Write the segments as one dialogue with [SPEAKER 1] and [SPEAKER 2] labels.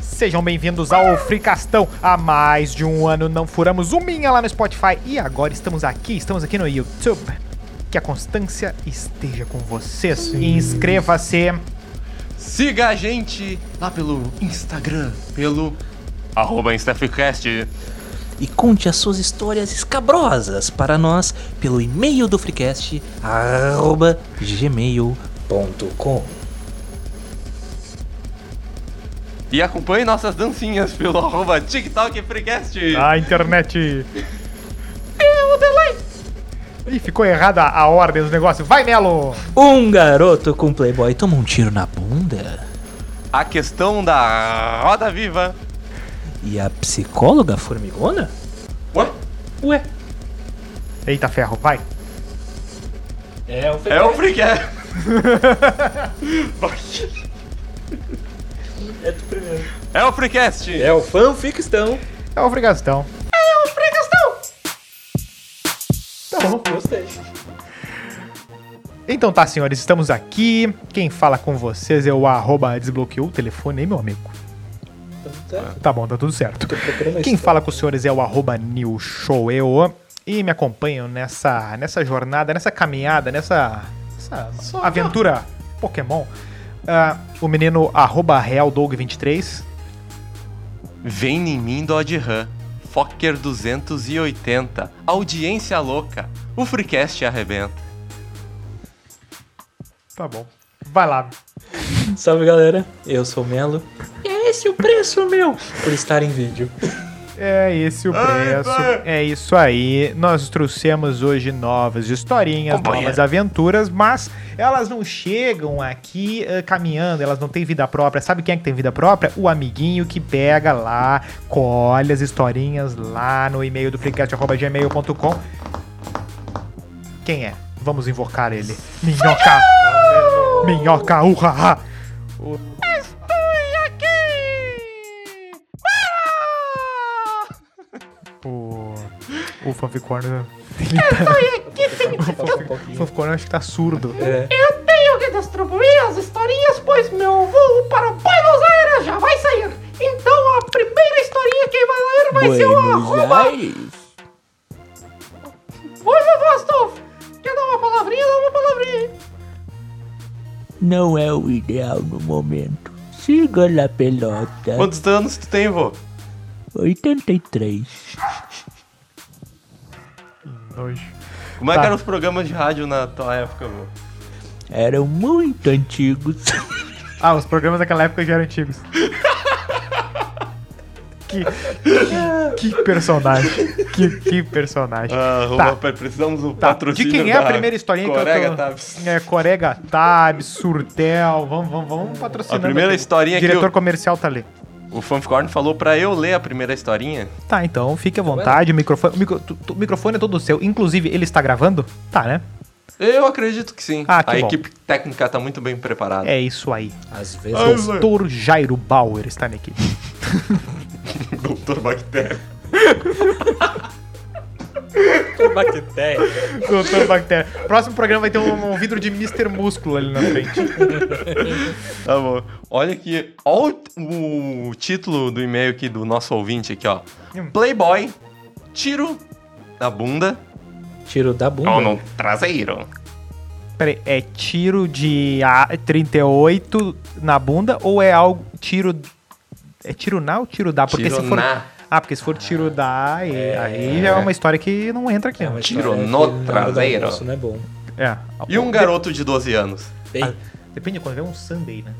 [SPEAKER 1] Sejam bem-vindos ao Fricastão. Há mais de um ano não furamos um minha lá no Spotify e agora estamos aqui, estamos aqui no YouTube. Que a constância esteja com vocês. Inscreva-se.
[SPEAKER 2] Siga a gente lá pelo Instagram, pelo arroba InstaFreecast.
[SPEAKER 3] e conte as suas histórias escabrosas para nós pelo e-mail do freecast arroba gmail.com.
[SPEAKER 2] E acompanhe nossas dancinhas pelo arroba TikTok Freecast.
[SPEAKER 3] Ah.
[SPEAKER 1] A internet. Meu delay. É, Ih, ficou errada a ordem dos negócios. Vai, Melo!
[SPEAKER 3] Um garoto com playboy toma um tiro na bunda
[SPEAKER 2] A questão da roda viva.
[SPEAKER 3] e a psicóloga formigona?
[SPEAKER 2] Ué?
[SPEAKER 3] Ué,
[SPEAKER 1] Eita ferro, vai.
[SPEAKER 3] é o
[SPEAKER 2] É o Freecast.
[SPEAKER 3] é do primeiro.
[SPEAKER 2] É o Freecast.
[SPEAKER 3] É o fanficstão.
[SPEAKER 1] É o Fricastão.
[SPEAKER 3] Gostei.
[SPEAKER 1] Então tá, senhores, estamos aqui. Quem fala com vocês é o arroba desbloqueou o telefone, hein, meu amigo? Tá bom, tá tudo certo. Quem fala com os senhores é o arroba newshow.eu e me acompanham nessa, nessa jornada, nessa caminhada, nessa, nessa aventura Pokémon. Ah, o menino arroba realdog23.
[SPEAKER 2] Vem em mim, Dodge Ram. Fokker 280. Audiência louca. O Freecast arrebenta.
[SPEAKER 1] Tá bom. Vai lá.
[SPEAKER 3] Salve galera, eu sou o Melo. E é esse o preço, meu, por estar em vídeo.
[SPEAKER 1] É esse o preço. É isso aí. Nós trouxemos hoje novas historinhas,
[SPEAKER 2] Companheiro.
[SPEAKER 1] novas aventuras, mas elas não chegam aqui eh, caminhando, elas não têm vida própria. Sabe quem é que tem vida própria? O amiguinho que pega lá, colhe as historinhas lá no e-mail do gmail.com. Quem é? Vamos invocar ele. Minhoca! Minhoca, urra! O O, o fanficorn. Ele tá... O fanficorn acho que tá surdo.
[SPEAKER 3] É.
[SPEAKER 4] Eu tenho que distribuir as historinhas, pois meu voo para Buenos Aires já vai sair. Então a primeira historinha que vai ler vai ser o arroba. Oi, Vovostov! Quer dar é uma palavrinha? Dá uma palavrinha.
[SPEAKER 5] não é o ideal no momento. Siga na
[SPEAKER 3] É.
[SPEAKER 5] pelota.
[SPEAKER 2] Quantos anos tu tem, vô?
[SPEAKER 5] 83.
[SPEAKER 1] Nojo.
[SPEAKER 2] Como é
[SPEAKER 1] Tá.
[SPEAKER 2] que eram os programas de rádio na tua época, vô?
[SPEAKER 5] Eram muito antigos.
[SPEAKER 1] Ah, os programas daquela época já eram antigos. Que, que, que personagem. Que, que personagem.
[SPEAKER 2] Ah,
[SPEAKER 1] Tá.
[SPEAKER 2] Roma, precisamos do
[SPEAKER 1] Tá,
[SPEAKER 2] patrocínio
[SPEAKER 1] de quem é a
[SPEAKER 2] da
[SPEAKER 1] primeira historinha
[SPEAKER 2] Corega
[SPEAKER 1] que eu tô...
[SPEAKER 2] Tabs.
[SPEAKER 1] É, Corega Tabs, Surtel, vamos, vamos, vamos patrocinar.
[SPEAKER 2] A primeira historinha que
[SPEAKER 1] Diretor
[SPEAKER 2] eu-
[SPEAKER 1] comercial tá ali.
[SPEAKER 2] O Fanficorn falou pra eu ler a primeira historinha.
[SPEAKER 1] Tá, então fique à vontade, o microfone, o, micro- tu- tu- o microfone é todo seu. Inclusive, ele está gravando? Tá, né?
[SPEAKER 2] Eu acredito que sim.
[SPEAKER 1] Ah, que
[SPEAKER 2] a
[SPEAKER 1] bom.
[SPEAKER 2] equipe técnica tá muito bem preparada.
[SPEAKER 1] É isso aí.
[SPEAKER 3] Às vezes
[SPEAKER 1] Doutor Jairo Bauer está na equipe.
[SPEAKER 2] Doutor Bactéria.
[SPEAKER 3] eu bactéria.
[SPEAKER 1] Doutor Bactéria. Próximo programa vai ter um, um vidro de Mr. Músculo ali na frente.
[SPEAKER 2] Tá bom. Olha aqui. Olha o, o título do e-mail aqui do nosso ouvinte aqui, ó.
[SPEAKER 1] Hum.
[SPEAKER 2] Playboy, tiro na bunda.
[SPEAKER 3] Tiro da bunda.
[SPEAKER 1] Hum.
[SPEAKER 2] Ou no traseiro.
[SPEAKER 1] Peraí, é tiro de a é 38 na bunda ou é algo tiro. É tiro na ou tiro da? Porque
[SPEAKER 2] Tiro
[SPEAKER 1] se for.
[SPEAKER 2] na.
[SPEAKER 1] Ah, porque se for tiro da, aí, aí já é uma história que não entra aqui.
[SPEAKER 3] É
[SPEAKER 1] né?
[SPEAKER 3] uma
[SPEAKER 2] Tiro
[SPEAKER 3] história
[SPEAKER 2] no
[SPEAKER 3] que na hora do
[SPEAKER 2] traseiro.
[SPEAKER 3] almoço Não é bom.
[SPEAKER 1] É.
[SPEAKER 2] E um garoto de 12 anos.
[SPEAKER 3] Bem,
[SPEAKER 1] Depende quando é um Sunday, né?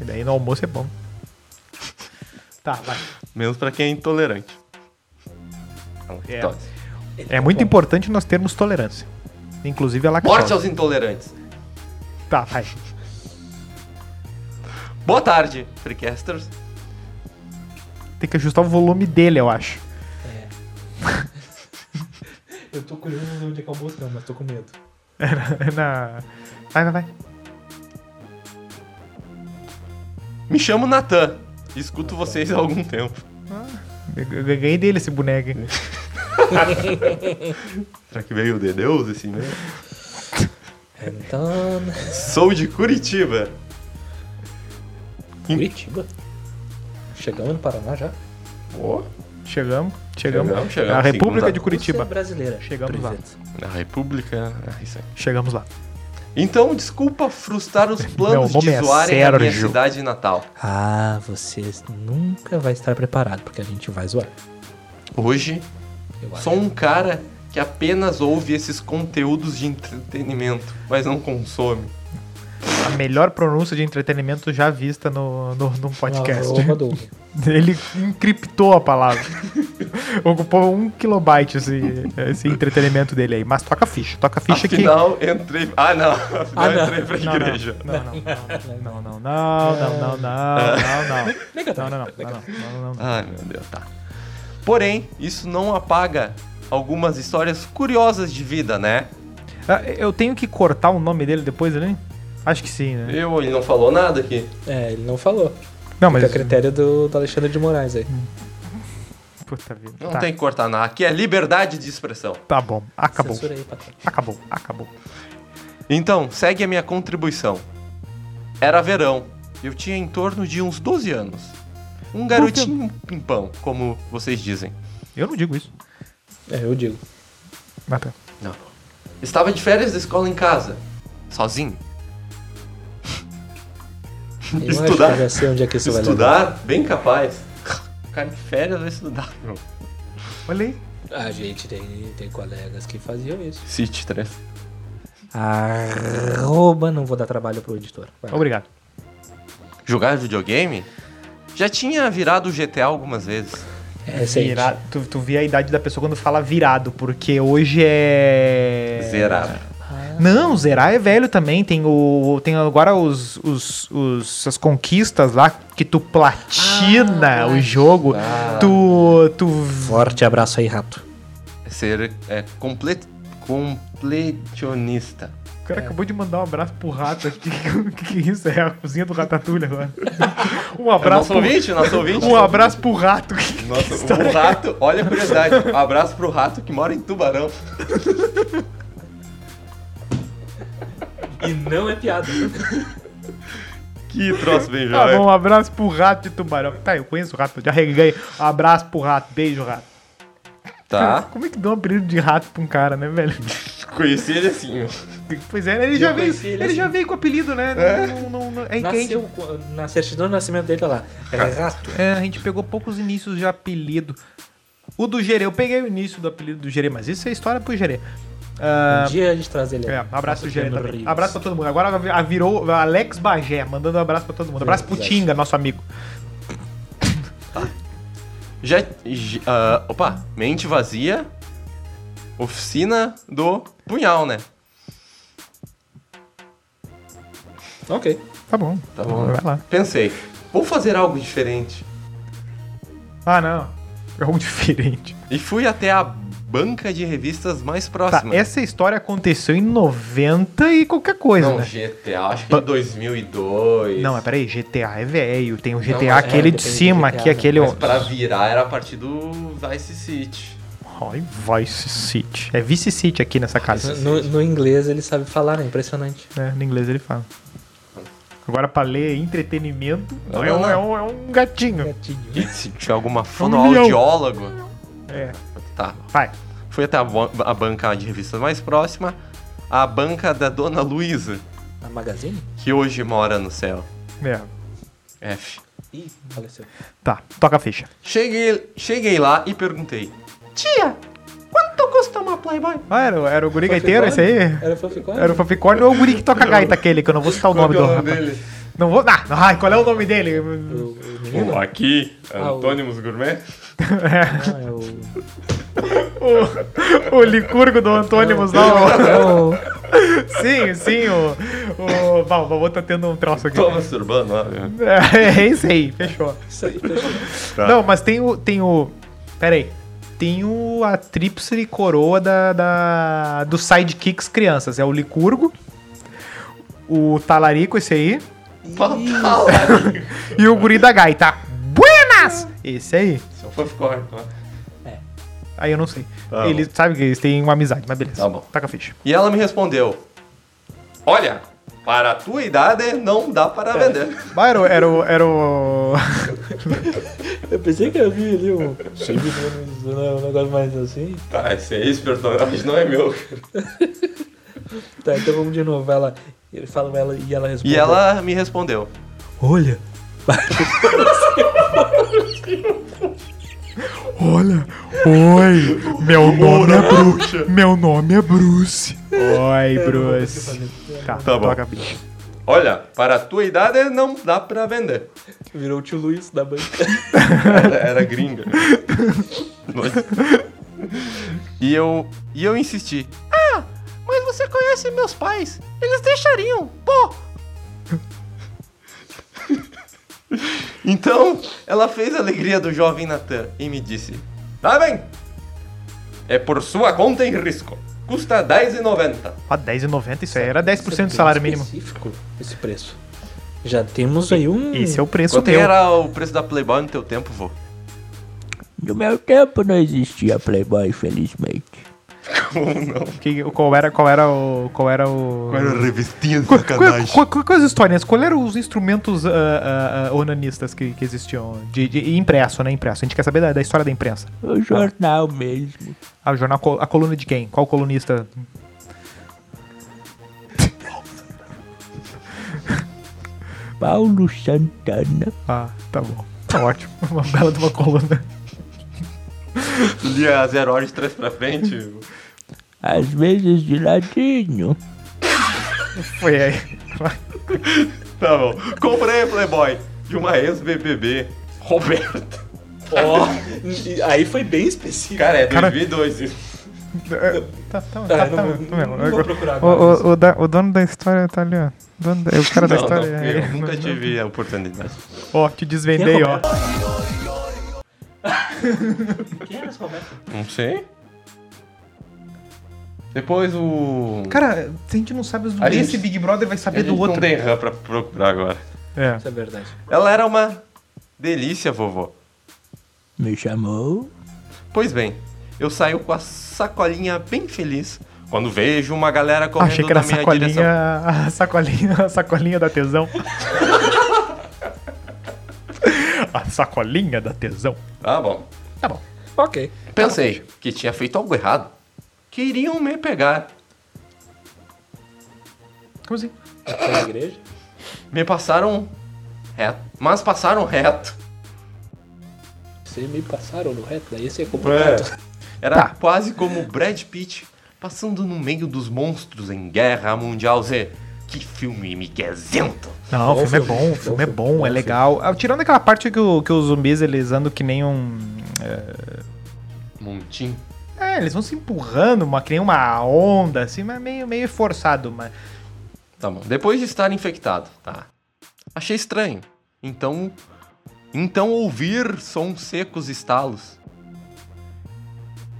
[SPEAKER 1] E daí no almoço é bom. Tá, vai.
[SPEAKER 2] Menos pra quem é intolerante. Então,
[SPEAKER 1] É.
[SPEAKER 2] tosse.
[SPEAKER 1] É muito importante nós termos tolerância. Inclusive a
[SPEAKER 2] Morte
[SPEAKER 1] lactose.
[SPEAKER 2] aos intolerantes.
[SPEAKER 1] Tá, vai.
[SPEAKER 2] Boa tarde, Freecasters.
[SPEAKER 1] Tem que ajustar o volume dele, eu acho.
[SPEAKER 3] eu tô curioso pra ver onde é que é o botão, mas tô com medo.
[SPEAKER 1] Na... Vai, vai, vai.
[SPEAKER 2] Me chamo Natan. Escuto vocês há algum tempo.
[SPEAKER 1] Eu eu ganhei dele esse boneco. hein?
[SPEAKER 2] Será que veio de Deus esse e-mail?
[SPEAKER 3] Então,
[SPEAKER 2] Sou de Curitiba.
[SPEAKER 3] Curitiba. Chegamos no Paraná já?
[SPEAKER 2] Pô,
[SPEAKER 1] Chegamos, chegamos.
[SPEAKER 2] Chegamos, chegamos.
[SPEAKER 1] A República
[SPEAKER 2] Segunda-
[SPEAKER 1] de
[SPEAKER 3] Você
[SPEAKER 1] Curitiba.
[SPEAKER 3] é brasileira.
[SPEAKER 1] Chegamos lá.
[SPEAKER 3] prefeito.
[SPEAKER 2] na República. Ah, isso aí.
[SPEAKER 1] Chegamos lá.
[SPEAKER 2] Então, desculpa frustrar os planos
[SPEAKER 1] Meu nome
[SPEAKER 2] de
[SPEAKER 1] é
[SPEAKER 2] zoarem a minha
[SPEAKER 1] Sérgio.
[SPEAKER 2] cidade natal.
[SPEAKER 3] Ah, você nunca vai estar preparado, porque a gente vai zoar.
[SPEAKER 2] Hoje,
[SPEAKER 3] Eu acho.
[SPEAKER 2] sou um cara que apenas ouve esses conteúdos de entretenimento, mas não consome.
[SPEAKER 1] A melhor pronúncia de entretenimento já vista no, no, num podcast.
[SPEAKER 3] Arroba do-
[SPEAKER 1] Ele encriptou a palavra. Ocupou um kilobyte esse, esse entretenimento dele aí. Mas toca ficha. Toca ficha que.
[SPEAKER 2] Afinal, entrei. Ah, não. Afinal,
[SPEAKER 3] Ah, não.
[SPEAKER 2] entrei pra
[SPEAKER 1] Não,
[SPEAKER 2] igreja.
[SPEAKER 1] Não, não, não, não, não, não, não, não, não, não, não, não, não, não, não, não, não, não.
[SPEAKER 2] Ai, meu Deus, tá. Porém, isso não apaga algumas histórias curiosas de vida, né?
[SPEAKER 1] Ah, Eu tenho que cortar o nome dele depois ali? Acho que sim, né?
[SPEAKER 2] Eu, ele não falou nada aqui.
[SPEAKER 3] É, ele não falou.
[SPEAKER 1] Não,
[SPEAKER 3] Mas... Hum,
[SPEAKER 1] mas.
[SPEAKER 3] Fica a critério do, do Alexandre de Moraes aí.
[SPEAKER 1] Puta vida.
[SPEAKER 2] Não
[SPEAKER 1] tá,
[SPEAKER 2] tem que cortar nada. Aqui é liberdade de expressão.
[SPEAKER 1] tá bom. Acabou.
[SPEAKER 3] Censura aí, patrão.
[SPEAKER 1] Acabou. Acabou.
[SPEAKER 2] Então, segue a minha contribuição. Era verão. Eu tinha em torno de uns 12 anos. Um garotinho pimpão, como vocês dizem.
[SPEAKER 1] Eu não digo isso.
[SPEAKER 3] É, eu digo.
[SPEAKER 1] Mas tá.
[SPEAKER 2] Não. Estava de férias da escola em casa. Sozinho.
[SPEAKER 3] Eu
[SPEAKER 2] Estudar.
[SPEAKER 3] acho que eu já sei onde é que isso vai levar.
[SPEAKER 2] Estudar, bem capaz. O cara de férias vai estudar, meu.
[SPEAKER 1] Olha aí.
[SPEAKER 3] A gente tem, tem colegas que faziam isso.
[SPEAKER 2] City 3.
[SPEAKER 3] Arroba, não vou dar trabalho pro editor. Vai lá.
[SPEAKER 1] Obrigado.
[SPEAKER 2] Jogar videogame? Já tinha virado o GTA algumas vezes.
[SPEAKER 3] É recente.
[SPEAKER 1] Vira- tu, tu vê a idade da pessoa quando fala virado, porque hoje é.
[SPEAKER 2] Zerar.
[SPEAKER 1] Não, zerar é velho também. Tem, o, tem agora os, os, os- as conquistas lá que tu platina o jogo. Tu. Tu.
[SPEAKER 3] Forte abraço aí, rato.
[SPEAKER 2] Ser é, complet... completionista.
[SPEAKER 1] O cara acabou de mandar um abraço pro rato aqui. O que, que é isso? É a cozinha do Ratatouille agora. Um
[SPEAKER 2] É
[SPEAKER 1] abraço
[SPEAKER 2] nosso
[SPEAKER 1] pro,
[SPEAKER 2] ouvinte, nosso ouvinte.
[SPEAKER 1] um abraço pro rato.
[SPEAKER 2] Nossa, o rato, olha a curiosidade. Um abraço pro rato que mora em Tubarão.
[SPEAKER 3] E não é piada.
[SPEAKER 2] Que troço bem
[SPEAKER 1] Tá bom, um abraço pro rato de tubarão. Tá, eu conheço o rato, já reguei. Um Abraço pro rato, beijo, rato.
[SPEAKER 2] Tá,
[SPEAKER 1] Como é que dá um apelido de rato pra um cara, né, velho?
[SPEAKER 2] conheci ele assim. ó.
[SPEAKER 1] Pois é, ele, já veio,
[SPEAKER 3] conheci
[SPEAKER 1] ele,
[SPEAKER 3] ele assim.
[SPEAKER 1] já veio com apelido, né? É, não, não, não- é que a gente,
[SPEAKER 3] Nasceu, com- na certidão de nascimento dele, olha lá. É rato.
[SPEAKER 1] é, a gente pegou poucos inícios de apelido. O do Gerê, eu peguei o início do apelido do Gerê, mas isso é história pro Gerê. Ah,
[SPEAKER 3] Um dia a gente traz ele.
[SPEAKER 1] é, abraço pro Gerê
[SPEAKER 3] Gerê
[SPEAKER 1] também.
[SPEAKER 3] Rios.
[SPEAKER 1] Abraço pra todo mundo. Agora a- virou Alex Bagé, mandando um abraço pra todo mundo. Abraço pro
[SPEAKER 3] Alex.
[SPEAKER 1] Tinga, nosso amigo.
[SPEAKER 2] Já. j- ah, opa, mente vazia. Oficina do punhal, né?
[SPEAKER 3] Ok.
[SPEAKER 1] Tá bom.
[SPEAKER 2] Tá bom.
[SPEAKER 1] Vai lá.
[SPEAKER 2] Pensei, vou fazer algo diferente.
[SPEAKER 1] Ah, não. É algo diferente.
[SPEAKER 2] E fui até a banca de revistas mais
[SPEAKER 1] Tá,
[SPEAKER 2] próxima.
[SPEAKER 1] essa história aconteceu em 90 e qualquer coisa,
[SPEAKER 2] Não,
[SPEAKER 1] né?
[SPEAKER 2] GTA, acho que em 2002.
[SPEAKER 1] Não, mas peraí, GTA é velho. Tem o GTA
[SPEAKER 2] mas é,
[SPEAKER 1] aquele de
[SPEAKER 3] depende do
[SPEAKER 1] cima,
[SPEAKER 3] GTA,
[SPEAKER 1] aqui,
[SPEAKER 3] né?
[SPEAKER 1] aquele.
[SPEAKER 2] Mas pra virar era a partir do Vice City.
[SPEAKER 1] Ai, Vice City. É Vice City aqui nessa casa.
[SPEAKER 3] No, no inglês ele sabe falar, né? Impressionante.
[SPEAKER 1] É, no inglês ele fala. Agora pra ler entretenimento,
[SPEAKER 2] Não,
[SPEAKER 1] é, um,
[SPEAKER 2] não.
[SPEAKER 1] é, um, é um gatinho.
[SPEAKER 2] E se tiver alguma
[SPEAKER 1] leão.
[SPEAKER 2] fonoaudiólogo.
[SPEAKER 1] É.
[SPEAKER 2] Tá.
[SPEAKER 1] Vai.
[SPEAKER 2] Fui até a, bo- a banca de revistas mais próxima, a banca da Dona Luísa,
[SPEAKER 3] A Magazine?
[SPEAKER 2] que hoje mora no céu.
[SPEAKER 1] É.
[SPEAKER 2] F.
[SPEAKER 3] Ih, faleceu.
[SPEAKER 1] Tá, toca a ficha.
[SPEAKER 2] Cheguei, cheguei lá e perguntei. Tia, quanto custa uma Playboy?
[SPEAKER 1] Ah, era, o- era o guri gaiteiro esse aí?
[SPEAKER 3] Era o Foficone?
[SPEAKER 1] Era o Faficórnio ou o guri que toca gaita aquele, que eu não vou citar o
[SPEAKER 2] é
[SPEAKER 1] nome do rapaz. Não vou. Ah, não, ai, qual é o nome dele?
[SPEAKER 3] O, o menino?
[SPEAKER 2] aqui,
[SPEAKER 3] Ah, o-
[SPEAKER 2] Antônimos Gourmet.
[SPEAKER 6] Ah,
[SPEAKER 3] Não, é o...
[SPEAKER 1] O, o licurgo do Antônimos lá, o-
[SPEAKER 3] É o...
[SPEAKER 1] Sim, sim, o. O Bal, o Babu tá tendo um troço aqui.
[SPEAKER 2] Thomas Urbano, lá, né?
[SPEAKER 1] É, é isso aí, fechou.
[SPEAKER 3] Isso aí, fechou.
[SPEAKER 2] Tá.
[SPEAKER 1] Não, mas tem o. Tem o. Pera aí. Tem o, a tríplice coroa da, da, do Sidekicks Crianças. É o Licurgo, o Talarico, esse aí,
[SPEAKER 2] Fatal, né?
[SPEAKER 1] e o Guri da Gaita. Buenas! Esse aí.
[SPEAKER 2] Seu popcorn, tá?
[SPEAKER 1] Aí eu não sei.
[SPEAKER 2] Tá
[SPEAKER 1] eles sabem que eles têm uma amizade, mas beleza.
[SPEAKER 2] Tá bom.
[SPEAKER 1] Taca a ficha.
[SPEAKER 2] E ela me respondeu: Olha, para a tua idade não dá para vender.
[SPEAKER 1] Mas era, o- era, o- era o.
[SPEAKER 6] Eu pensei que eu vi ali um cheio de nomes, né, um negócio mais assim.
[SPEAKER 2] Tá, esse é esse personagem, não é meu.
[SPEAKER 6] Tá, então vamos de novo. Ela, ele fala ela e ela responde.
[SPEAKER 2] E ela me respondeu.
[SPEAKER 6] Olha!
[SPEAKER 1] Olha, oi, meu nome é Bruce. Meu nome é Bruce. Oi, Bruce. Tá,
[SPEAKER 2] Tá bom.
[SPEAKER 1] toca, bicho.
[SPEAKER 2] Olha, para a tua idade não dá pra vender.
[SPEAKER 6] Virou o tio Luiz da banca.
[SPEAKER 2] Era, era gringa. e eu. E eu insisti. Ah, mas você conhece meus pais. Eles deixariam. Pô! então, ela fez a alegria do jovem Natan e me disse: Tá bem! É por sua conta em risco. Custa R$10,90.
[SPEAKER 1] Ó, 10,90, isso aí era 10% do salário mínimo.
[SPEAKER 6] Específico, esse preço. Já temos aí um.
[SPEAKER 1] Esse é o preço
[SPEAKER 2] Quanto
[SPEAKER 1] teu.
[SPEAKER 2] era o preço da Playboy no teu tempo, vô?
[SPEAKER 5] No meu tempo não existia Playboy, felizmente.
[SPEAKER 2] Como não?
[SPEAKER 1] Que- qual, era, qual era o. Qual era o.
[SPEAKER 2] Era revistinha de
[SPEAKER 1] Qu- qu- qu- qu- Quais as historinhas? Qual eram os instrumentos ah, ah, ah, onanistas que, que existiam? De, de- impresso, né? Impresso. A gente quer saber da, da história da imprensa.
[SPEAKER 5] O jornal mesmo.
[SPEAKER 1] Ah, o jornal, co- a coluna de quem? Qual colunista?
[SPEAKER 5] Paulo Santana.
[SPEAKER 1] Ah, tá bom. Tá ótimo. Uma bela de uma coluna.
[SPEAKER 2] Lia zero horas de trás pra frente. vô.
[SPEAKER 5] Às vezes de ladinho.
[SPEAKER 1] Foi aí.
[SPEAKER 2] Tá bom. Comprei a Playboy de uma ex-BBB, Roberta.
[SPEAKER 6] Ó, aí foi bem específico.
[SPEAKER 2] Cara, é 2002. isso.
[SPEAKER 1] Tá, tá,
[SPEAKER 6] Ah,
[SPEAKER 1] tá,
[SPEAKER 6] não-
[SPEAKER 1] tá,
[SPEAKER 6] não-
[SPEAKER 1] tá mesmo.
[SPEAKER 6] não vou procurar
[SPEAKER 1] O,
[SPEAKER 6] agora,
[SPEAKER 1] o-
[SPEAKER 6] mas-
[SPEAKER 1] o da- o dono da história tá ali, ó. Dono da- o cara da
[SPEAKER 2] Não, não,
[SPEAKER 1] história. é-
[SPEAKER 2] eu nunca tive a oportunidade.
[SPEAKER 1] Ó, te desvendei, ó.
[SPEAKER 6] Quem era esse Roberto?
[SPEAKER 2] Não sei. Depois o.
[SPEAKER 1] Cara, se a gente não sabe os
[SPEAKER 2] A
[SPEAKER 1] desse
[SPEAKER 2] gente-
[SPEAKER 1] Big Brother, vai
[SPEAKER 2] a
[SPEAKER 1] saber
[SPEAKER 2] gente
[SPEAKER 1] do outro.
[SPEAKER 2] não tem RAM pra procurar agora.
[SPEAKER 1] É.
[SPEAKER 6] Isso é verdade.
[SPEAKER 2] Ela era uma delícia, vovó.
[SPEAKER 5] Me chamou.
[SPEAKER 2] Pois bem, eu saio com a sacolinha bem feliz quando vejo uma galera correndo
[SPEAKER 1] Achei que era a
[SPEAKER 2] tá na minha
[SPEAKER 1] sacolinha,
[SPEAKER 2] direção.
[SPEAKER 1] a sacolinha, a sacolinha da tesão. a sacolinha da tesão.
[SPEAKER 2] Tá bom.
[SPEAKER 1] Tá bom.
[SPEAKER 6] Ok.
[SPEAKER 2] Pensei que tinha feito algo errado. Queriam me pegar.
[SPEAKER 1] Como assim?
[SPEAKER 6] Foi na igreja?
[SPEAKER 2] Me passaram reto. Mas passaram reto.
[SPEAKER 6] Vocês me passaram no reto, daí esse é complicado.
[SPEAKER 2] Era
[SPEAKER 1] Tá.
[SPEAKER 2] quase como o Brad Pitt passando no meio dos monstros em Guerra Mundial Z. Que filme miguezento.
[SPEAKER 1] Não, o filme é bom, o filme é bom, é legal. Ah, Tirando aquela parte que, o- que os zumbis eles andam que nem um.
[SPEAKER 2] Montinho.
[SPEAKER 1] É, eles vão se empurrando, uma, que nem uma onda, assim, mas meio, meio forçado. Mas...
[SPEAKER 2] Tá bom. Depois de estar infectado, tá. Achei estranho. Então. Então ouvir sons secos estalos.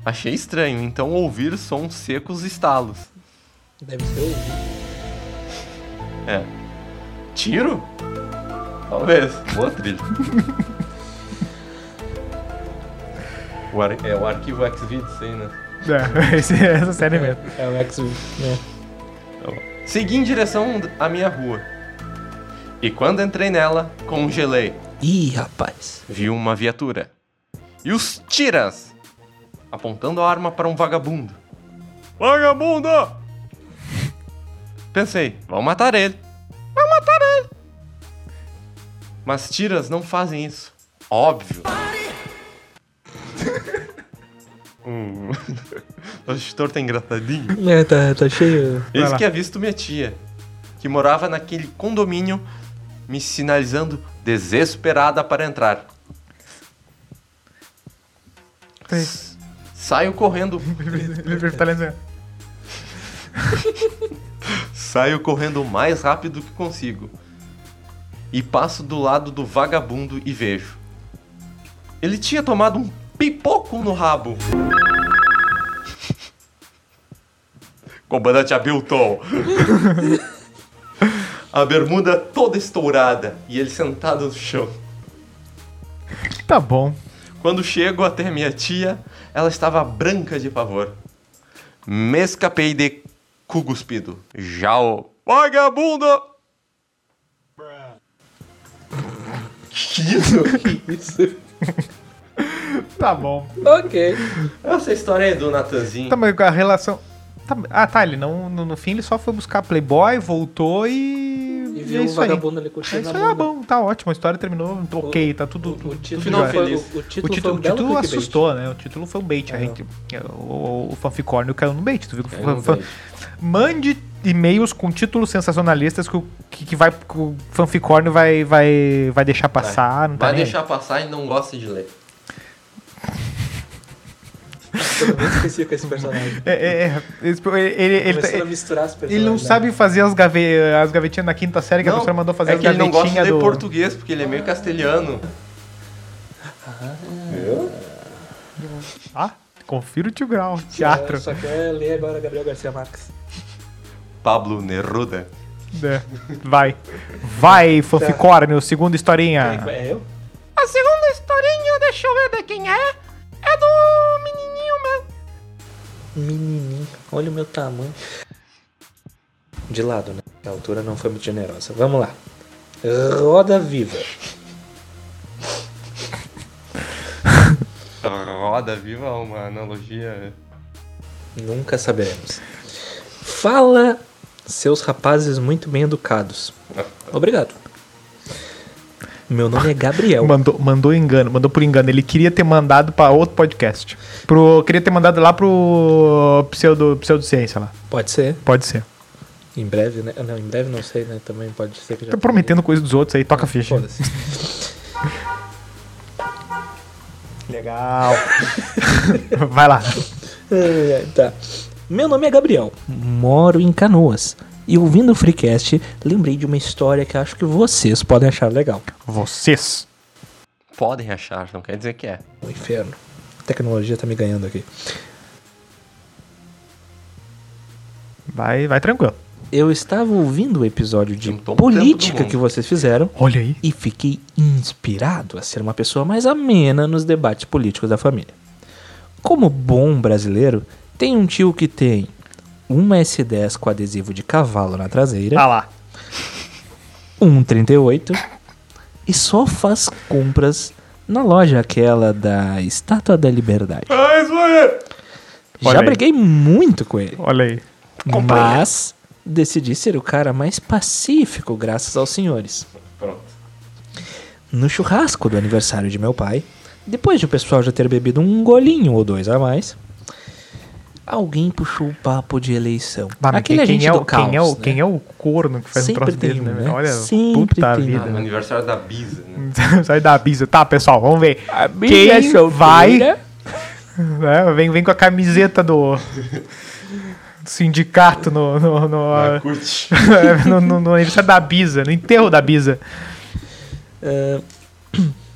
[SPEAKER 2] Achei estranho. Então ouvir sons secos estalos.
[SPEAKER 6] Deve ser o.
[SPEAKER 2] É. Tiro? Talvez. Boa trilha. o ar- é o arquivo Xvideos aí, né?
[SPEAKER 1] É, esse- essa série mesmo.
[SPEAKER 6] É o X. Né?
[SPEAKER 2] Segui em direção à minha rua. E quando entrei nela, congelei.
[SPEAKER 3] Ih, rapaz.
[SPEAKER 2] Vi uma viatura. E os tiras! Apontando a arma para um vagabundo. Vagabundo! Pensei, vão matar ele. Vão matar ele! Mas tiras não fazem isso. Óbvio. Hum. o editor tá engraçadinho.
[SPEAKER 6] É, tá, tá cheio.
[SPEAKER 1] Vai
[SPEAKER 2] Eis
[SPEAKER 1] lá.
[SPEAKER 2] que avisto minha tia, que morava naquele condomínio, me sinalizando desesperada para entrar.
[SPEAKER 1] Ei.
[SPEAKER 2] S- Saio correndo,
[SPEAKER 6] É,
[SPEAKER 1] Ele tá lendo.
[SPEAKER 2] saio correndo o mais rápido que consigo. E passo do lado do vagabundo e vejo. Ele tinha tomado um pipoco no rabo. Comandante Abilton. A bermuda toda estourada e ele sentado no chão.
[SPEAKER 1] Tá bom.
[SPEAKER 2] Quando chego até minha tia, ela estava branca de pavor. Me escapei de cu cuspido. Já o vagabundo! é Isso?
[SPEAKER 6] Isso.
[SPEAKER 1] Tá bom.
[SPEAKER 6] ok.
[SPEAKER 2] Essa história aí do Natanzinho.
[SPEAKER 1] Tá, mas a relação. tá- ah, tá. Ele não. No, no fim, ele só foi buscar Playboy, voltou e.
[SPEAKER 6] E
[SPEAKER 1] é
[SPEAKER 6] viu o
[SPEAKER 1] isso aí.
[SPEAKER 6] vagabundo ali
[SPEAKER 1] É
[SPEAKER 6] curtindo
[SPEAKER 1] isso
[SPEAKER 6] a
[SPEAKER 1] aí, ah,
[SPEAKER 6] bunda.
[SPEAKER 1] bom, tá ótimo. A história terminou ok, tá tudo.
[SPEAKER 6] O, o título
[SPEAKER 2] final
[SPEAKER 1] jóia.
[SPEAKER 2] foi-
[SPEAKER 6] foi, o,
[SPEAKER 2] feliz.
[SPEAKER 6] o
[SPEAKER 1] O
[SPEAKER 6] título, foi
[SPEAKER 1] título,
[SPEAKER 6] um
[SPEAKER 1] o
[SPEAKER 6] belo
[SPEAKER 1] título
[SPEAKER 6] clickbait.
[SPEAKER 1] assustou, né? O título foi um bait. a
[SPEAKER 6] É.
[SPEAKER 1] gente, o, o fanficórnio caiu no bait. Tu viu que
[SPEAKER 2] Caiu no
[SPEAKER 1] fan-
[SPEAKER 2] bait.
[SPEAKER 1] Mande e-mails com títulos sensacionalistas que, o- que, que vai, que o fanficórnio vai, vai, vai deixar passar. Não tá
[SPEAKER 2] Vai
[SPEAKER 1] nem aí.
[SPEAKER 2] deixar passar e não gosta de ler.
[SPEAKER 1] né?
[SPEAKER 6] Eu não esqueci com esse personagem.
[SPEAKER 1] É, é, é, ele, ele, ele,
[SPEAKER 6] Começando a
[SPEAKER 1] ele,
[SPEAKER 6] misturar as personagens.
[SPEAKER 1] tá- ele não sabe fazer as, gave, as gavetinhas na quinta série que a
[SPEAKER 2] Não,
[SPEAKER 1] professora mandou fazer
[SPEAKER 2] é
[SPEAKER 1] as
[SPEAKER 2] que ele não gosta de
[SPEAKER 1] gavetinhas do.
[SPEAKER 2] ler português, porque ele é meio castelhano.
[SPEAKER 1] Ah, confira o Tio Grau, teatro.
[SPEAKER 6] É, Só quer ler agora Gabriel Garcia Marques.
[SPEAKER 2] Pablo Neruda.
[SPEAKER 1] É. Vai. Vai,
[SPEAKER 2] Tá.
[SPEAKER 1] fanficórnio, segunda
[SPEAKER 2] então.
[SPEAKER 6] É,
[SPEAKER 1] historinha.
[SPEAKER 6] É eu?
[SPEAKER 4] A segunda historinha, deixa eu ver de quem é. É do menininho mesmo.
[SPEAKER 6] Menininho. Olha o meu tamanho. De lado, né? A altura não foi muito generosa. Vamos lá. Roda Viva.
[SPEAKER 2] Roda viva uma analogia.
[SPEAKER 6] Nunca saberemos. Fala, seus rapazes muito bem educados. Obrigado. Meu nome é Gabriel.
[SPEAKER 1] Mandou, mandou engano, mandou por engano. Ele queria ter mandado pra outro podcast. Pro, queria ter mandado lá pro pseudo, pseudociência lá.
[SPEAKER 6] Pode ser.
[SPEAKER 1] Pode ser.
[SPEAKER 6] Em breve, né? Não, em breve não sei, né? Também pode ser que já.
[SPEAKER 1] Tá prometendo coisa dos outros aí, toca a ficha.
[SPEAKER 6] Foda-se.
[SPEAKER 1] Legal. Vai lá.
[SPEAKER 6] Ai, ai, tá. Meu nome é Gabriel, moro em Canoas. E ouvindo o Freecast, lembrei de uma história que acho que vocês podem achar legal.
[SPEAKER 1] Vocês.
[SPEAKER 2] Podem achar, não quer dizer que é.
[SPEAKER 6] O Um inferno. A tecnologia tá me ganhando aqui.
[SPEAKER 1] Vai, vai tranquilo.
[SPEAKER 6] Eu estava ouvindo o episódio de
[SPEAKER 2] Tem todo o tempo do
[SPEAKER 6] política
[SPEAKER 2] mundo.
[SPEAKER 6] que vocês fizeram
[SPEAKER 1] Olha aí.
[SPEAKER 6] e fiquei inspirado a ser uma pessoa mais amena nos debates políticos da família. Como bom brasileiro, tem um tio que tem uma S10 com adesivo de cavalo na traseira.
[SPEAKER 1] Ah lá.
[SPEAKER 6] 1,38 e só faz compras na loja aquela da Estátua da Liberdade.
[SPEAKER 1] Ah, é Olha
[SPEAKER 6] Já
[SPEAKER 1] aí.
[SPEAKER 6] briguei muito com ele,
[SPEAKER 1] Olha aí.
[SPEAKER 6] mas decidi ser o cara mais pacífico graças aos senhores.
[SPEAKER 2] Pronto.
[SPEAKER 6] No churrasco do aniversário de meu pai, depois de o pessoal já ter bebido um golinho ou dois a mais, alguém puxou o papo de eleição.
[SPEAKER 1] Mas
[SPEAKER 6] Aquele
[SPEAKER 1] quem,
[SPEAKER 6] agente
[SPEAKER 1] é, o-
[SPEAKER 6] do
[SPEAKER 1] quem,
[SPEAKER 6] caos,
[SPEAKER 1] é o,
[SPEAKER 6] né?
[SPEAKER 1] quem é o corno que faz
[SPEAKER 6] Sempre
[SPEAKER 1] um troço
[SPEAKER 6] tem
[SPEAKER 1] dele,
[SPEAKER 6] um,
[SPEAKER 1] né?
[SPEAKER 6] né?
[SPEAKER 1] velho? Olha,
[SPEAKER 6] Sempre
[SPEAKER 1] puta
[SPEAKER 6] tem
[SPEAKER 1] vida.
[SPEAKER 6] um.
[SPEAKER 2] No aniversário da Bisa, né?
[SPEAKER 1] Sai da bisa. Tá, pessoal, vamos ver.
[SPEAKER 5] A minha
[SPEAKER 1] Quem
[SPEAKER 5] é solteira,
[SPEAKER 1] vai? Né? Vem, vem com a camiseta do, do sindicato no, no, no,
[SPEAKER 2] Ah, curte.
[SPEAKER 1] no, no- no aniversário da Bisa, no enterro da Bisa.
[SPEAKER 6] Ah,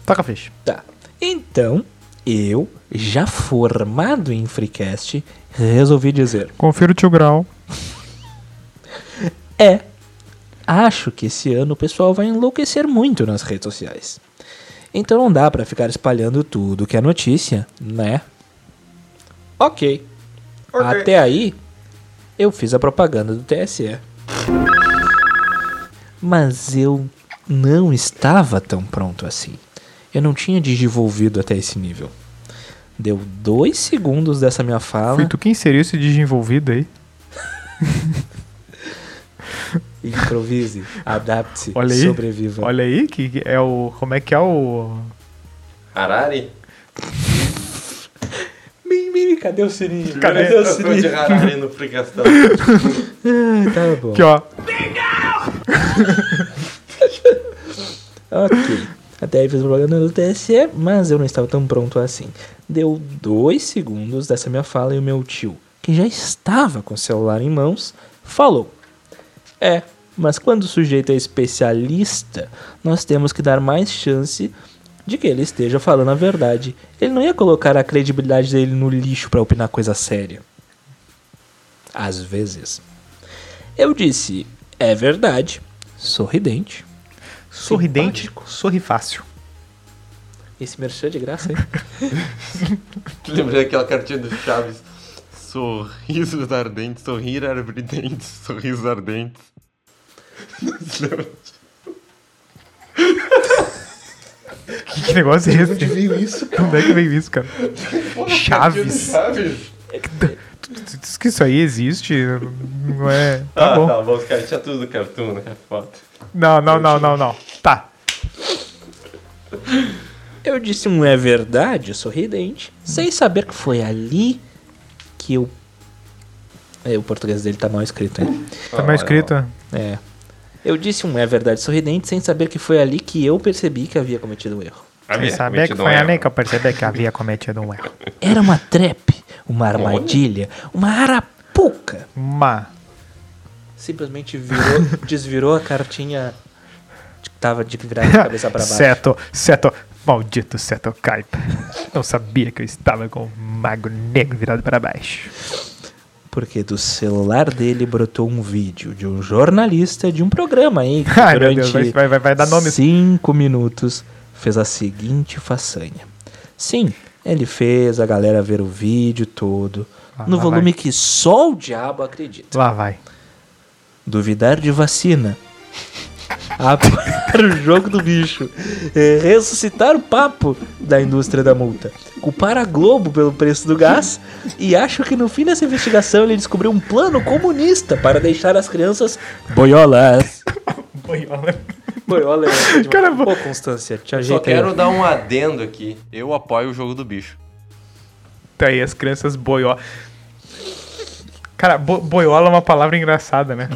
[SPEAKER 1] Toca fecha.
[SPEAKER 6] Tá. Então, eu, já formado em Freecast, resolvi dizer:
[SPEAKER 1] Confira o tio Grau.
[SPEAKER 6] é, acho que esse ano o pessoal vai enlouquecer muito nas redes sociais. Então não dá pra ficar espalhando tudo que é notícia, né? Ok. Até aí, eu fiz a propaganda do TSE. Mas eu não estava tão pronto assim. Eu não tinha desenvolvido até esse nível. Deu dois segundos dessa minha fala.
[SPEAKER 1] Foi tu que inseriu esse desenvolvido aí?
[SPEAKER 6] Improvise, adapte,
[SPEAKER 1] Olha aí.
[SPEAKER 6] sobreviva.
[SPEAKER 1] Olha aí, que que é o. Como é que é o.
[SPEAKER 2] Harari?
[SPEAKER 6] Mim, mim, cadê o sininho?
[SPEAKER 1] Cadê?
[SPEAKER 2] Primeira estação de Harari no Fricastão.
[SPEAKER 6] Ah, tá bom.
[SPEAKER 1] Aqui, ó.
[SPEAKER 6] Ok. Até aí fiz propaganda do TSE, mas eu não estava tão pronto assim. Deu dois segundos dessa minha fala e o meu tio, que já estava com o celular em mãos, falou. É, mas quando o sujeito é especialista, nós temos que dar mais chance de que ele esteja falando a verdade. Ele não ia colocar a credibilidade dele no lixo para opinar coisa séria. Às vezes. Eu disse, é verdade, sorridente.
[SPEAKER 1] Sorridente, sorri fácil.
[SPEAKER 6] Esse merchan é de graça, hein?
[SPEAKER 2] Lembrei daquela cartinha do Chaves. Sorrisos ardentes, sorrir ardentes, sorrisos ardentes. Não se lembra?
[SPEAKER 1] Que negócio é
[SPEAKER 7] Eu
[SPEAKER 1] esse?
[SPEAKER 7] te vi isso, cara.
[SPEAKER 1] Onde é que veio isso, cara?
[SPEAKER 7] Porra,
[SPEAKER 1] Chaves.
[SPEAKER 7] Chaves.
[SPEAKER 1] Tu diz que isso aí existe? Não é. Tá
[SPEAKER 2] Ah,
[SPEAKER 1] bom.
[SPEAKER 2] tá bom, os caras tinham tudo do cartoon, né? Foda.
[SPEAKER 1] Não, não, não, não, não. Tá.
[SPEAKER 6] Eu disse um é verdade, sorridente, sem saber que foi ali que eu. É, o português dele tá mal escrito, né?
[SPEAKER 2] Ah,
[SPEAKER 1] Tá mal escrito.
[SPEAKER 6] É. Eu disse um é verdade sorridente, sem saber que foi ali que eu percebi que havia cometido um erro.
[SPEAKER 2] É,
[SPEAKER 1] Sem saber
[SPEAKER 6] um
[SPEAKER 1] que foi a Ney que eu percebi que havia cometido um erro.
[SPEAKER 6] Era uma trap, uma armadilha, uma arapuca.
[SPEAKER 1] Mas.
[SPEAKER 6] Simplesmente virou, desvirou a cartinha de- que tava de virada de cabeça pra baixo.
[SPEAKER 1] Seto, Seto, maldito Seto Kaipa. Não sabia que eu estava com o mago negro virado para baixo.
[SPEAKER 6] Porque do celular dele brotou um vídeo de um jornalista de um programa aí que
[SPEAKER 1] Ai, meu Deus,
[SPEAKER 6] durante
[SPEAKER 1] vai- vai- vai- vai dar nome.
[SPEAKER 6] cinco minutos fez a seguinte façanha. Sim, ele fez a galera ver o vídeo todo
[SPEAKER 1] Ah,
[SPEAKER 6] no
[SPEAKER 1] lá
[SPEAKER 6] volume que só o diabo acredita.
[SPEAKER 1] Lá vai.
[SPEAKER 6] Duvidar de vacina. Apoiar o jogo do bicho. É, Ressuscitar o papo da indústria da multa. Culpar a Globo pelo preço do gás. E acho que no fim dessa investigação ele descobriu um plano comunista para deixar as crianças boiolas. Boiola é ótimo demais.
[SPEAKER 1] Cara,
[SPEAKER 6] Pô, Constância, te ajeita
[SPEAKER 2] Só
[SPEAKER 6] aí.
[SPEAKER 2] quero dar um adendo aqui. Eu apoio o jogo do bicho.
[SPEAKER 1] Tá aí as crianças boió. Cara, bo- boiola é uma palavra engraçada, né?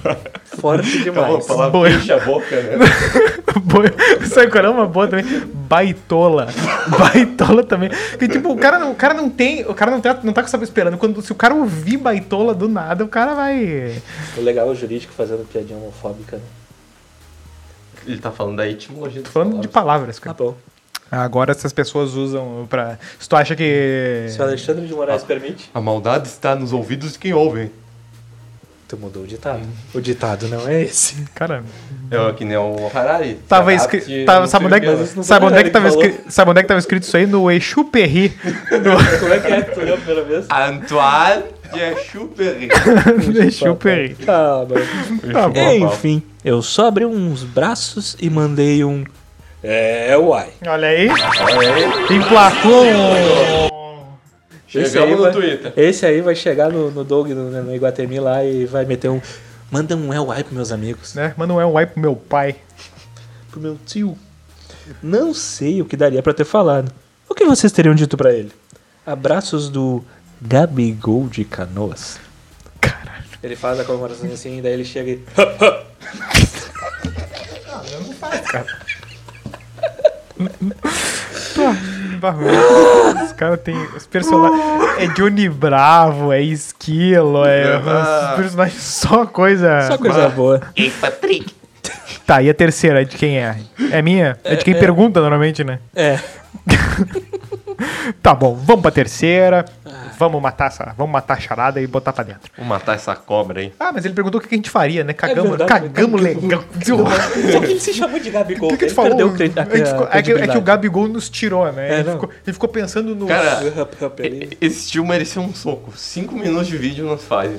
[SPEAKER 6] Forte demais.
[SPEAKER 1] Boi-
[SPEAKER 2] a boca, né?
[SPEAKER 1] Boi- Sabe qual é uma boa também? Baitola. Baitola também. E, tipo, o cara, não- o cara não tem. O cara não, tá, não tá com sabe esperando. Quando, se o cara ouvir baitola do nada, o cara vai.
[SPEAKER 6] O legal é o jurídico fazendo piadinha homofóbica. né?
[SPEAKER 2] Ele tá falando da etimologia do
[SPEAKER 1] Tô falando de palavras, cara.
[SPEAKER 6] Tá bom.
[SPEAKER 1] Agora essas pessoas usam pra. Se tu acha que.
[SPEAKER 6] Se o Alexandre de Moraes permite.
[SPEAKER 2] A maldade está nos ouvidos de quem ouve, hein?
[SPEAKER 6] Tu mudou o ditado. O ditado não é esse.
[SPEAKER 1] Cara.
[SPEAKER 2] É que nem o Harari.
[SPEAKER 1] Tava
[SPEAKER 2] Adapte,
[SPEAKER 1] escrito. Tava,
[SPEAKER 2] não
[SPEAKER 1] sabe,
[SPEAKER 2] sei
[SPEAKER 1] onde é
[SPEAKER 2] o que
[SPEAKER 1] que,
[SPEAKER 2] lá.
[SPEAKER 1] sabe, onde é que tava
[SPEAKER 6] Ele falou.
[SPEAKER 1] escrito, sabe onde é que tava escrito isso aí? No Exu Perri.
[SPEAKER 6] Como é que é? Tu leu a primeira vez?
[SPEAKER 2] Antoine de Schubert.
[SPEAKER 1] No Exu Perri.
[SPEAKER 6] Tá, mano.
[SPEAKER 1] Tá bom.
[SPEAKER 6] Enfim, eu só abri uns braços e mandei um. É, uai.
[SPEAKER 1] Olha aí. Emplacou um.
[SPEAKER 6] Esse aí,
[SPEAKER 2] Chegamos no
[SPEAKER 6] vai-
[SPEAKER 2] Twitter.
[SPEAKER 6] Esse aí vai chegar no, no Doug, no, no Iguatemi lá e vai meter um. Manda um é uai pros meus amigos.
[SPEAKER 1] Né? Manda um é um ai pro meu pai.
[SPEAKER 6] Pro meu tio. Não sei o que daria pra ter falado. O que vocês teriam dito pra ele? Abraços do Gabigol de Canoas.
[SPEAKER 1] Caralho.
[SPEAKER 6] Ele faz a comemoração assim, daí ele chega e.
[SPEAKER 1] Barulho. Os caras têm. Os personagens. É Johnny Bravo, é Esquilo, é. Os personagens só coisa.
[SPEAKER 6] Só coisa boa.
[SPEAKER 1] Tá, e a terceira? É de quem é? É minha? É de quem pergunta normalmente, né?
[SPEAKER 6] É.
[SPEAKER 1] Tá bom, vamos pra terceira.
[SPEAKER 6] É.
[SPEAKER 1] Vamos matar essa. Vamos matar a charada e botar pra dentro.
[SPEAKER 2] Vou matar essa cobra, hein?
[SPEAKER 1] Ah, mas ele perguntou o que a gente faria, né? Cagamos,
[SPEAKER 6] É verdade,
[SPEAKER 1] cagamos legal.
[SPEAKER 6] Só que ele se chamou de Gabigol.
[SPEAKER 1] O que, que tu
[SPEAKER 6] ele
[SPEAKER 1] falou?
[SPEAKER 6] perdeu o
[SPEAKER 1] É
[SPEAKER 6] cre-
[SPEAKER 1] que
[SPEAKER 6] a-
[SPEAKER 1] ficou-
[SPEAKER 6] a
[SPEAKER 1] é, que, é que o
[SPEAKER 6] credibilidade.
[SPEAKER 1] Gabigol nos tirou, né?
[SPEAKER 6] É,
[SPEAKER 1] ele,
[SPEAKER 6] não.
[SPEAKER 1] ficou, ele ficou pensando no.
[SPEAKER 2] Cara,
[SPEAKER 6] Up, up, ali.
[SPEAKER 2] esse tio merecia um soco. Cinco minutos de vídeo nós fazem.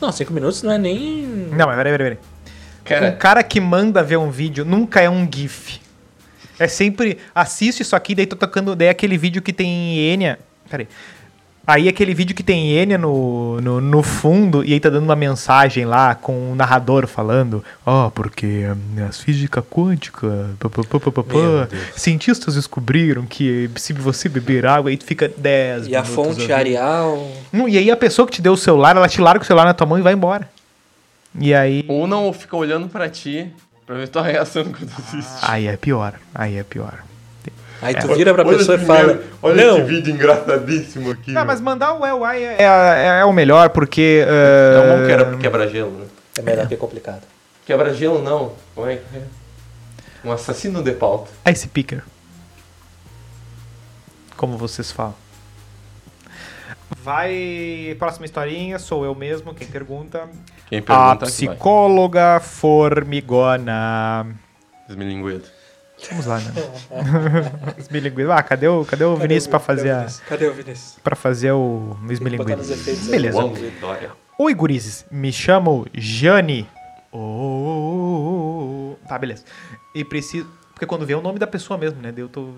[SPEAKER 6] Não, cinco minutos não é nem.
[SPEAKER 1] Não, mas peraí, peraí, peraí. Um
[SPEAKER 2] Cara,
[SPEAKER 1] cara que manda ver um vídeo nunca é um GIF. É sempre. Assiste isso aqui, daí tô tocando. Daí é aquele vídeo que tem Enya. Peraí. Aí é aquele vídeo que tem Enya no, no, no fundo e aí tá dando uma mensagem lá com o narrador falando. Ó, porque hum, a física quântica. pá, pá, pá, pá, pá, pá. cientistas descobriram que se você beber água, aí tu fica 10
[SPEAKER 6] E a
[SPEAKER 1] minutos
[SPEAKER 6] fonte
[SPEAKER 1] ouvindo.
[SPEAKER 6] Arial.
[SPEAKER 1] Hum, E aí a pessoa que te deu o celular, ela te larga o celular na tua mão e vai embora. E aí.
[SPEAKER 2] ou não fica olhando pra ti pra ver tua reação quando assiste.
[SPEAKER 1] Aí é pior. Aí é pior.
[SPEAKER 6] Aí
[SPEAKER 1] É.
[SPEAKER 6] tu vira pra pessoa e
[SPEAKER 2] esse
[SPEAKER 6] fala.
[SPEAKER 2] primeiro- olha esse vídeo engraçadíssimo aqui.
[SPEAKER 1] Não, Ah, mas mandar o EY é, é, é o melhor, porque.
[SPEAKER 2] É
[SPEAKER 1] eh,
[SPEAKER 2] um bom que era quebra-gelo, né?
[SPEAKER 6] É melhor que é complicado.
[SPEAKER 2] Quebra-gelo não. Como é que é? Um assassino de pauta.
[SPEAKER 1] Ice Ah, Picker. Como vocês falam. Vai. Próxima historinha, sou eu mesmo quem pergunta.
[SPEAKER 2] Quem
[SPEAKER 1] A
[SPEAKER 2] pergunta que vai.
[SPEAKER 1] psicóloga formigona.
[SPEAKER 2] Desmilinguido.
[SPEAKER 1] Vamos lá, né? Esmilinguido. Ah, cadê o, cadê o Vinícius pra fazer a.
[SPEAKER 6] Cadê o Vinícius?
[SPEAKER 1] Pra fazer o
[SPEAKER 6] Botar nos
[SPEAKER 1] esmilinguido.
[SPEAKER 6] efeitos aí.
[SPEAKER 1] Beleza.
[SPEAKER 2] Uau, Vitória.
[SPEAKER 1] Oi, gurizes. Me chamo Jane. Oh, oh, oh, oh, oh. Tá, beleza. E preciso. Porque quando vê é o nome da pessoa mesmo, né? Daí eu tô.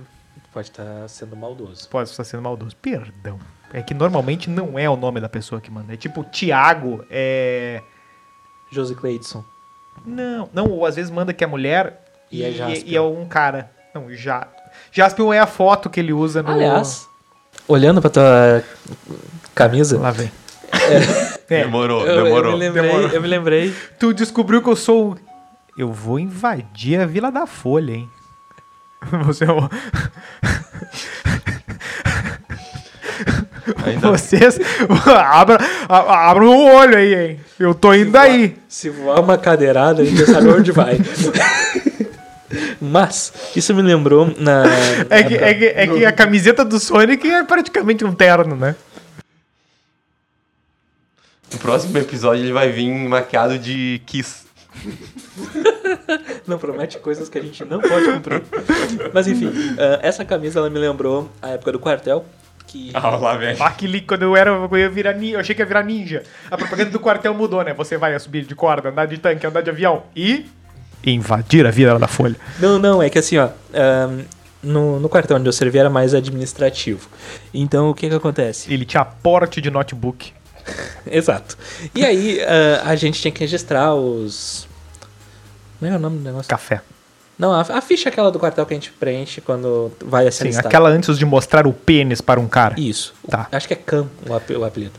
[SPEAKER 6] Pode estar sendo maldoso.
[SPEAKER 1] Pode estar sendo maldoso. Perdão. É que normalmente não é o nome da pessoa que manda. É tipo, Tiago é.
[SPEAKER 6] Josi Cleidson.
[SPEAKER 1] Não, não, ou às vezes manda que é mulher
[SPEAKER 6] E é Jaspion.
[SPEAKER 1] e é um cara. Não, já. Jaspion é a foto que ele usa no.
[SPEAKER 6] Aliás, Oh. olhando pra tua camisa,
[SPEAKER 1] Lá vem. É.
[SPEAKER 2] Demorou,
[SPEAKER 6] eu, eu
[SPEAKER 2] demorou.
[SPEAKER 6] me lembrei,
[SPEAKER 1] Demorou.
[SPEAKER 6] eu me lembrei
[SPEAKER 1] Tu descobriu que eu sou. Eu vou invadir a Vila da Folha, hein? Você é o-
[SPEAKER 2] Ainda-
[SPEAKER 1] Vocês. é- abra, a- abra o olho aí, hein? Eu tô indo aí.
[SPEAKER 6] Se voar uma cadeirada, a gente já sabe onde vai. Mas, isso me lembrou na.
[SPEAKER 1] É que, é que- é que a camiseta do Sonic é praticamente um terno, né?
[SPEAKER 2] No próximo episódio ele vai vir maquiado de Kiss.
[SPEAKER 6] Não promete coisas que a gente não pode cumprir. Mas enfim, ah, essa camisa ela me lembrou a época do quartel. Que.
[SPEAKER 2] Ah, lá vem.
[SPEAKER 1] Ah, que li- quando eu era, eu ia virar ninja, eu achei que ia virar ninja. A propaganda do quartel mudou, né? Você vai subir de corda, andar de tanque, andar de avião e invadir a Vila da Folha.
[SPEAKER 6] Não, não, é que assim, ó. ah, no, no quartel onde eu servi era mais administrativo. Então o que que acontece?
[SPEAKER 1] Ele tinha porte de notebook.
[SPEAKER 6] Exato. E aí ah, a gente tinha que registrar os. Como é o nome do negócio?
[SPEAKER 1] Café.
[SPEAKER 6] Não, a, a ficha é aquela do quartel que a gente preenche quando vai
[SPEAKER 1] Sim,
[SPEAKER 6] assinar.
[SPEAKER 1] aquela antes de mostrar o pênis para um cara.
[SPEAKER 6] tá. Isso. O-
[SPEAKER 1] Tá.
[SPEAKER 6] Acho que é CAM o, ap- o apelido.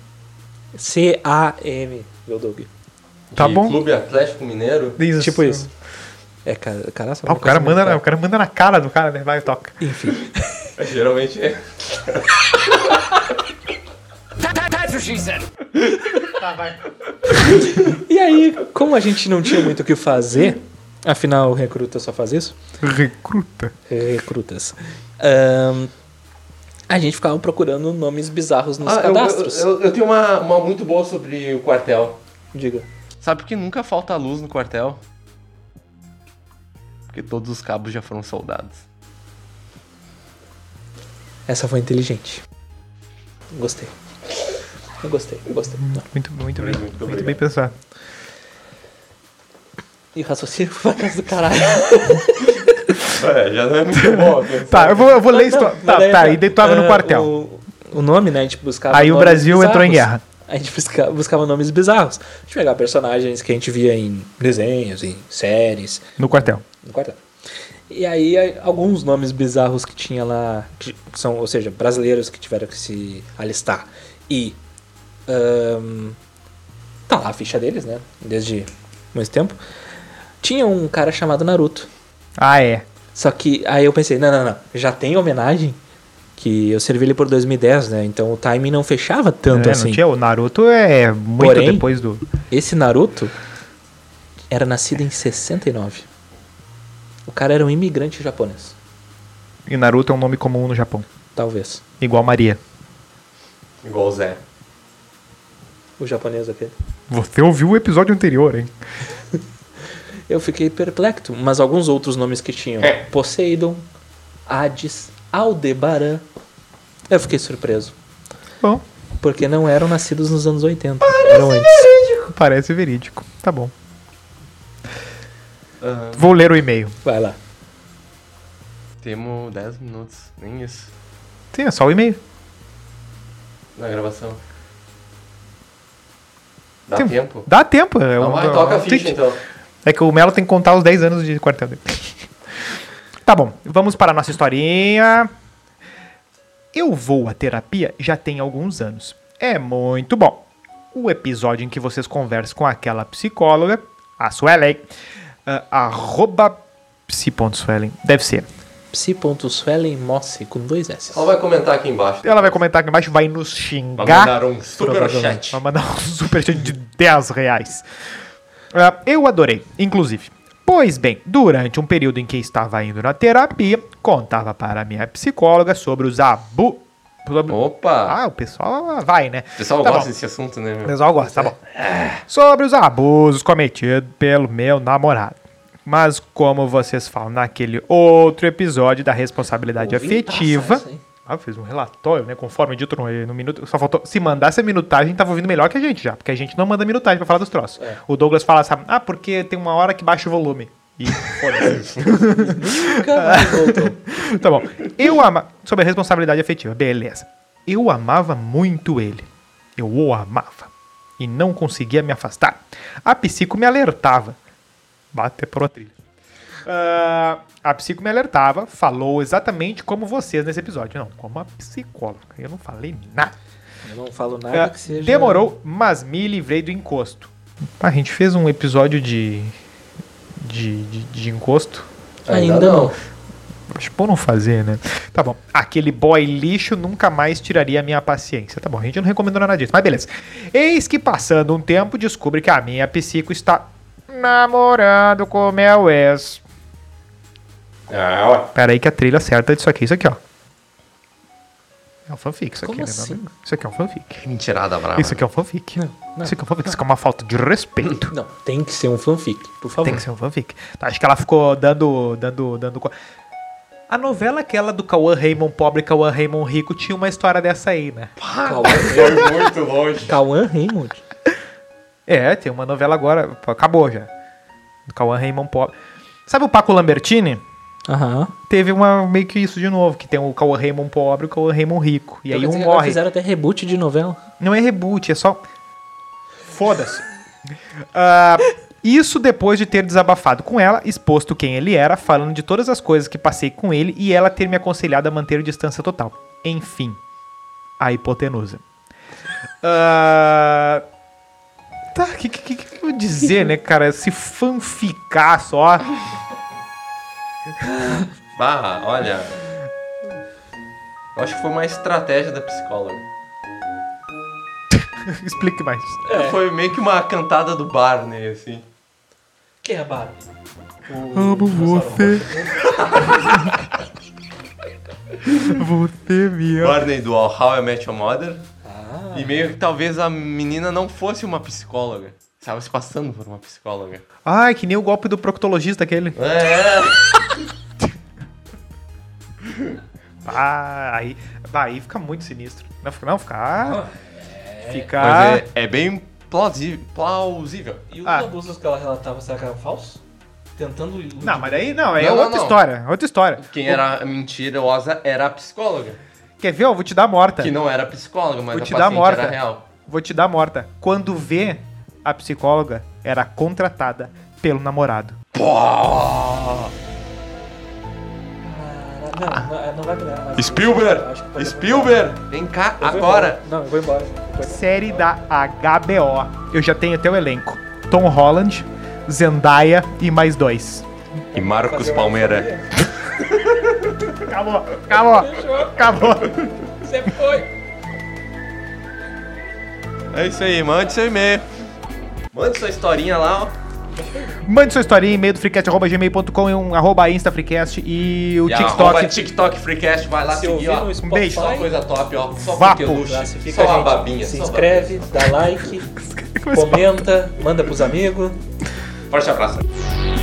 [SPEAKER 6] C-A-M, meu Doug.
[SPEAKER 1] Tá
[SPEAKER 2] De
[SPEAKER 1] bom.
[SPEAKER 2] Clube Atlético Mineiro.
[SPEAKER 6] Tipo isso. É, cara, caraca,
[SPEAKER 1] Ah, o, cara manda na, o cara manda na cara do cara, né? Vai, toca.
[SPEAKER 2] Geralmente é.
[SPEAKER 6] E aí, como a gente não tinha muito o que fazer, afinal, o recruta só faz isso.
[SPEAKER 1] Recruta.
[SPEAKER 6] Recrutas. Ahn, a gente ficava procurando nomes bizarros nos
[SPEAKER 2] Ah, eu,
[SPEAKER 6] cadastros.
[SPEAKER 2] eu- eu- eu tenho uma, uma muito boa sobre o quartel.
[SPEAKER 6] Diga.
[SPEAKER 2] Sabe que nunca falta luz no quartel? Porque todos os cabos já foram soldados.
[SPEAKER 6] Essa foi inteligente. Gostei. Eu gostei, eu gostei.
[SPEAKER 1] Muito, muito bem.
[SPEAKER 2] Muito
[SPEAKER 1] Muito,
[SPEAKER 2] obrigado.
[SPEAKER 1] bem pensado.
[SPEAKER 6] E o raciocínio foi pra casa do caralho.
[SPEAKER 2] É, já não é muito bom.
[SPEAKER 1] Tá, eu vou, eu vou ler isso.
[SPEAKER 6] Não,
[SPEAKER 1] Tá,
[SPEAKER 6] mas daí,
[SPEAKER 1] tá. E daí tu tava no
[SPEAKER 6] ah,
[SPEAKER 1] quartel.
[SPEAKER 6] O, o nome, né? A gente buscava.
[SPEAKER 1] Aí o
[SPEAKER 6] nomes
[SPEAKER 1] Brasil
[SPEAKER 6] bizarros.
[SPEAKER 1] entrou em guerra.
[SPEAKER 6] A gente busca- buscava nomes bizarros. A gente pegava personagens que a gente via em desenhos, em séries,
[SPEAKER 1] No quartel.
[SPEAKER 6] no quartel. E aí, a- alguns nomes bizarros que tinha lá, que são, ou seja, brasileiros que tiveram que se alistar. E. ahn, tá lá a ficha deles, né? Desde muito tempo. Tinha um cara chamado Naruto.
[SPEAKER 1] Ah, é.
[SPEAKER 6] Só que aí eu pensei, não, não, não, já tem homenagem? Que eu servi ele por 2010, né? Então o timing não fechava tanto
[SPEAKER 1] é,
[SPEAKER 6] assim.
[SPEAKER 1] não tinha? O Naruto é muito
[SPEAKER 6] Porém-
[SPEAKER 1] depois do.
[SPEAKER 6] Esse Naruto era nascido em 69. O cara era um imigrante japonês,
[SPEAKER 1] E Naruto é um nome comum no Japão.
[SPEAKER 6] talvez.
[SPEAKER 1] Igual Maria.
[SPEAKER 2] Igual o Zé.
[SPEAKER 6] O japonês aquele.
[SPEAKER 1] Você ouviu o episódio anterior, hein?
[SPEAKER 6] Eu fiquei perplexo, mas alguns outros nomes que tinham.
[SPEAKER 1] É.
[SPEAKER 6] Poseidon, Hades, Aldebaran. Eu fiquei surpreso,
[SPEAKER 1] Bom,
[SPEAKER 6] porque não eram nascidos nos anos 80. eram antes.
[SPEAKER 1] parece verídico. Tá bom.
[SPEAKER 2] Ah.
[SPEAKER 1] Vou ler o e-mail.
[SPEAKER 6] Vai lá.
[SPEAKER 2] Temos 10 minutos, nem isso,
[SPEAKER 1] Sim, é só o e-mail.
[SPEAKER 2] na gravação. Dá
[SPEAKER 1] Tem- um-
[SPEAKER 2] tempo?
[SPEAKER 1] Dá tempo. É
[SPEAKER 2] Então
[SPEAKER 1] um-
[SPEAKER 2] vai,
[SPEAKER 1] é
[SPEAKER 2] toca
[SPEAKER 1] um
[SPEAKER 2] a ficha
[SPEAKER 1] tweet.
[SPEAKER 2] então.
[SPEAKER 1] É que o Melo tem que contar os 10 anos de quartel dele. tá bom, vamos para a nossa historinha. Eu vou à terapia já tem alguns anos. É muito bom. O episódio em que vocês conversam com aquela psicóloga, a Suelen, ah, arroba psi.suelen, deve ser.
[SPEAKER 6] Psi.Suelen Mosse com dois S.
[SPEAKER 2] Ela vai comentar aqui embaixo.
[SPEAKER 1] Ela vai comentar aqui embaixo, vai nos
[SPEAKER 2] Vai
[SPEAKER 1] xingar.
[SPEAKER 2] mandar um
[SPEAKER 1] Provavelmente.
[SPEAKER 2] superchat.
[SPEAKER 1] Vai mandar um superchat de 10 reais. Ah, eu adorei, inclusive. Pois bem, durante um período em que estava indo na terapia, contava para minha psicóloga sobre os abu... sobre-
[SPEAKER 2] Opa!
[SPEAKER 1] Ah, o pessoal vai, né?
[SPEAKER 2] o pessoal
[SPEAKER 1] tá
[SPEAKER 2] gosta
[SPEAKER 1] bom.
[SPEAKER 2] desse assunto, né?
[SPEAKER 1] O
[SPEAKER 2] meu?
[SPEAKER 1] pessoal gosta, tá bom. Sobre os abusos cometidos pelo meu namorado. Mas como vocês falam naquele outro episódio da responsabilidade afetiva... Ah, fez um relatório, né? Conforme dito no, no minuto. Só faltou. Se mandasse a minutagem, tava ouvindo melhor que a gente já. Porque a gente não manda minutagem pra falar dos troços. O Douglas fala assim: ah, porque tem uma hora que baixa o volume.
[SPEAKER 2] E foda-se.
[SPEAKER 6] Nunca mais voltou.
[SPEAKER 1] Tá bom. Eu ama Sobre a responsabilidade afetiva. Beleza. Eu amava muito ele. Eu o amava. E não conseguia me afastar. A psico me alertava. Bate por uma trilha. Ah, a psico me alertava, falou exatamente como vocês nesse episódio. Não, como a psicóloga. Eu não falei nada.
[SPEAKER 6] Eu não falo nada
[SPEAKER 1] Ah,
[SPEAKER 6] que seja.
[SPEAKER 1] Demorou, mas me livrei do encosto. A gente fez um episódio de. de, de, de encosto.
[SPEAKER 6] Ainda não.
[SPEAKER 1] Acho bom não fazer, né? Tá bom. Aquele boy lixo nunca mais tiraria a minha paciência. Tá bom, a gente não recomendou nada disso, mas beleza. Eis que passando um tempo descubro que a minha psico está namorando com meu ex. Ah, Pera aí que a trilha certa disso aqui, isso aqui, ó. É um fanfic isso aqui,
[SPEAKER 6] Como
[SPEAKER 1] né? Nada a ver.
[SPEAKER 6] assim?
[SPEAKER 1] Isso aqui é um fanfic.
[SPEAKER 2] Mentirada brava.
[SPEAKER 1] Isso aqui é um fanfic.
[SPEAKER 6] não,
[SPEAKER 1] isso aqui é um fanfic. Isso aqui é uma falta de respeito.
[SPEAKER 6] Não, tem que ser um fanfic, por favor.
[SPEAKER 1] Tem que ser um fanfic. Acho que ela ficou dando. dando. dando. co- A novela aquela do Cauã Raymond pobre e Cauã Raymond rico tinha uma história dessa aí, né?
[SPEAKER 6] Cauã,
[SPEAKER 2] Foi muito longe.
[SPEAKER 6] Cauã Raymond.
[SPEAKER 1] É, tem uma novela agora. pô, Acabou já. Do Cauã Raymond pobre. Sabe o Paco Lambertini?
[SPEAKER 6] Aham.
[SPEAKER 1] Teve uma meio que isso de novo, que tem o Cauã Raymond pobre e o Cauã Raymond rico. E
[SPEAKER 6] Eu
[SPEAKER 1] aí
[SPEAKER 6] pensei
[SPEAKER 1] um
[SPEAKER 6] que agora
[SPEAKER 1] morre.
[SPEAKER 6] Fizeram até reboot de novela.
[SPEAKER 1] Não é reboot, é só. Foda-se. Ah, isso depois de ter desabafado com ela, exposto quem ele era, falando de todas as coisas que passei com ele e ela ter me aconselhado a manter distância total. Enfim, a hipotenusa. Ah, tá, o que, que, que, que eu vou dizer, né, cara? Se fanficar só.
[SPEAKER 2] Bah, olha. Eu acho que foi uma estratégia da psicóloga.
[SPEAKER 1] Explique mais.
[SPEAKER 2] É, Foi meio que uma cantada do Barney, assim.
[SPEAKER 6] Que é Barbie?
[SPEAKER 1] Amo você. você me ama.
[SPEAKER 2] Barney do How I Met Your Mother. E meio que talvez a menina não fosse uma psicóloga. Estava se passando por uma psicóloga.
[SPEAKER 1] Ai, que nem o golpe do proctologista aquele.
[SPEAKER 2] É,
[SPEAKER 1] Ah, aí, bah, aí fica muito sinistro. Não fica, não fica. Ah, fica.
[SPEAKER 2] mas é, é bem plausível. plausível.
[SPEAKER 6] E os
[SPEAKER 1] Ah.
[SPEAKER 6] abusos que ela relatava, será que era falso? Tentando iludir.
[SPEAKER 1] Não, mas daí não, é
[SPEAKER 2] Não, não,
[SPEAKER 1] outra
[SPEAKER 2] não.
[SPEAKER 1] história, outra história.
[SPEAKER 2] Quem era mentirosa era a psicóloga.
[SPEAKER 1] Quer ver? ó, vou te dar morta.
[SPEAKER 2] Que não era psicóloga, mas
[SPEAKER 1] Vou
[SPEAKER 2] a
[SPEAKER 1] te dar
[SPEAKER 2] paciente
[SPEAKER 1] Tá. morta.
[SPEAKER 2] era real.
[SPEAKER 1] Vou te dar morta. Quando vê, a psicóloga era contratada pelo namorado.
[SPEAKER 2] Pô!
[SPEAKER 6] Não, não, não vai pegar mais. Eu acho que
[SPEAKER 2] Spielberg!
[SPEAKER 6] pode-
[SPEAKER 2] Spielberg! Vem cá,
[SPEAKER 6] Eu vou
[SPEAKER 2] agora!
[SPEAKER 6] embora. Não, eu vou embora.
[SPEAKER 1] Série da HBO. Eu já tenho até o elenco: Tom Holland, Zendaya e mais dois.
[SPEAKER 2] E Marcos Palmeira.
[SPEAKER 1] Acabou, acabou, acabou.
[SPEAKER 6] Você foi!
[SPEAKER 2] É isso aí, mande seu e-mail. Mande sua historinha lá, ó.
[SPEAKER 1] Mande sua historinha em e-mail do freecast.gmail.com e um arroba instafreecast e o
[SPEAKER 2] E arroba
[SPEAKER 1] TikTok.
[SPEAKER 2] Tiktok Freecast, vai lá
[SPEAKER 6] Se
[SPEAKER 2] seguir,
[SPEAKER 6] ouvir
[SPEAKER 2] Tá ó.
[SPEAKER 6] no
[SPEAKER 1] um beijo.
[SPEAKER 2] Só
[SPEAKER 6] Spotify,
[SPEAKER 2] coisa top, ó. Só
[SPEAKER 1] Vapo.
[SPEAKER 2] conteúdo. né?
[SPEAKER 6] classifica
[SPEAKER 2] Só
[SPEAKER 6] a
[SPEAKER 2] uma
[SPEAKER 6] gente.
[SPEAKER 2] babinha. é só
[SPEAKER 6] Se
[SPEAKER 2] uma
[SPEAKER 6] inscreve, dá like, comenta, manda pros amigos.
[SPEAKER 2] babinha. Forte abraço.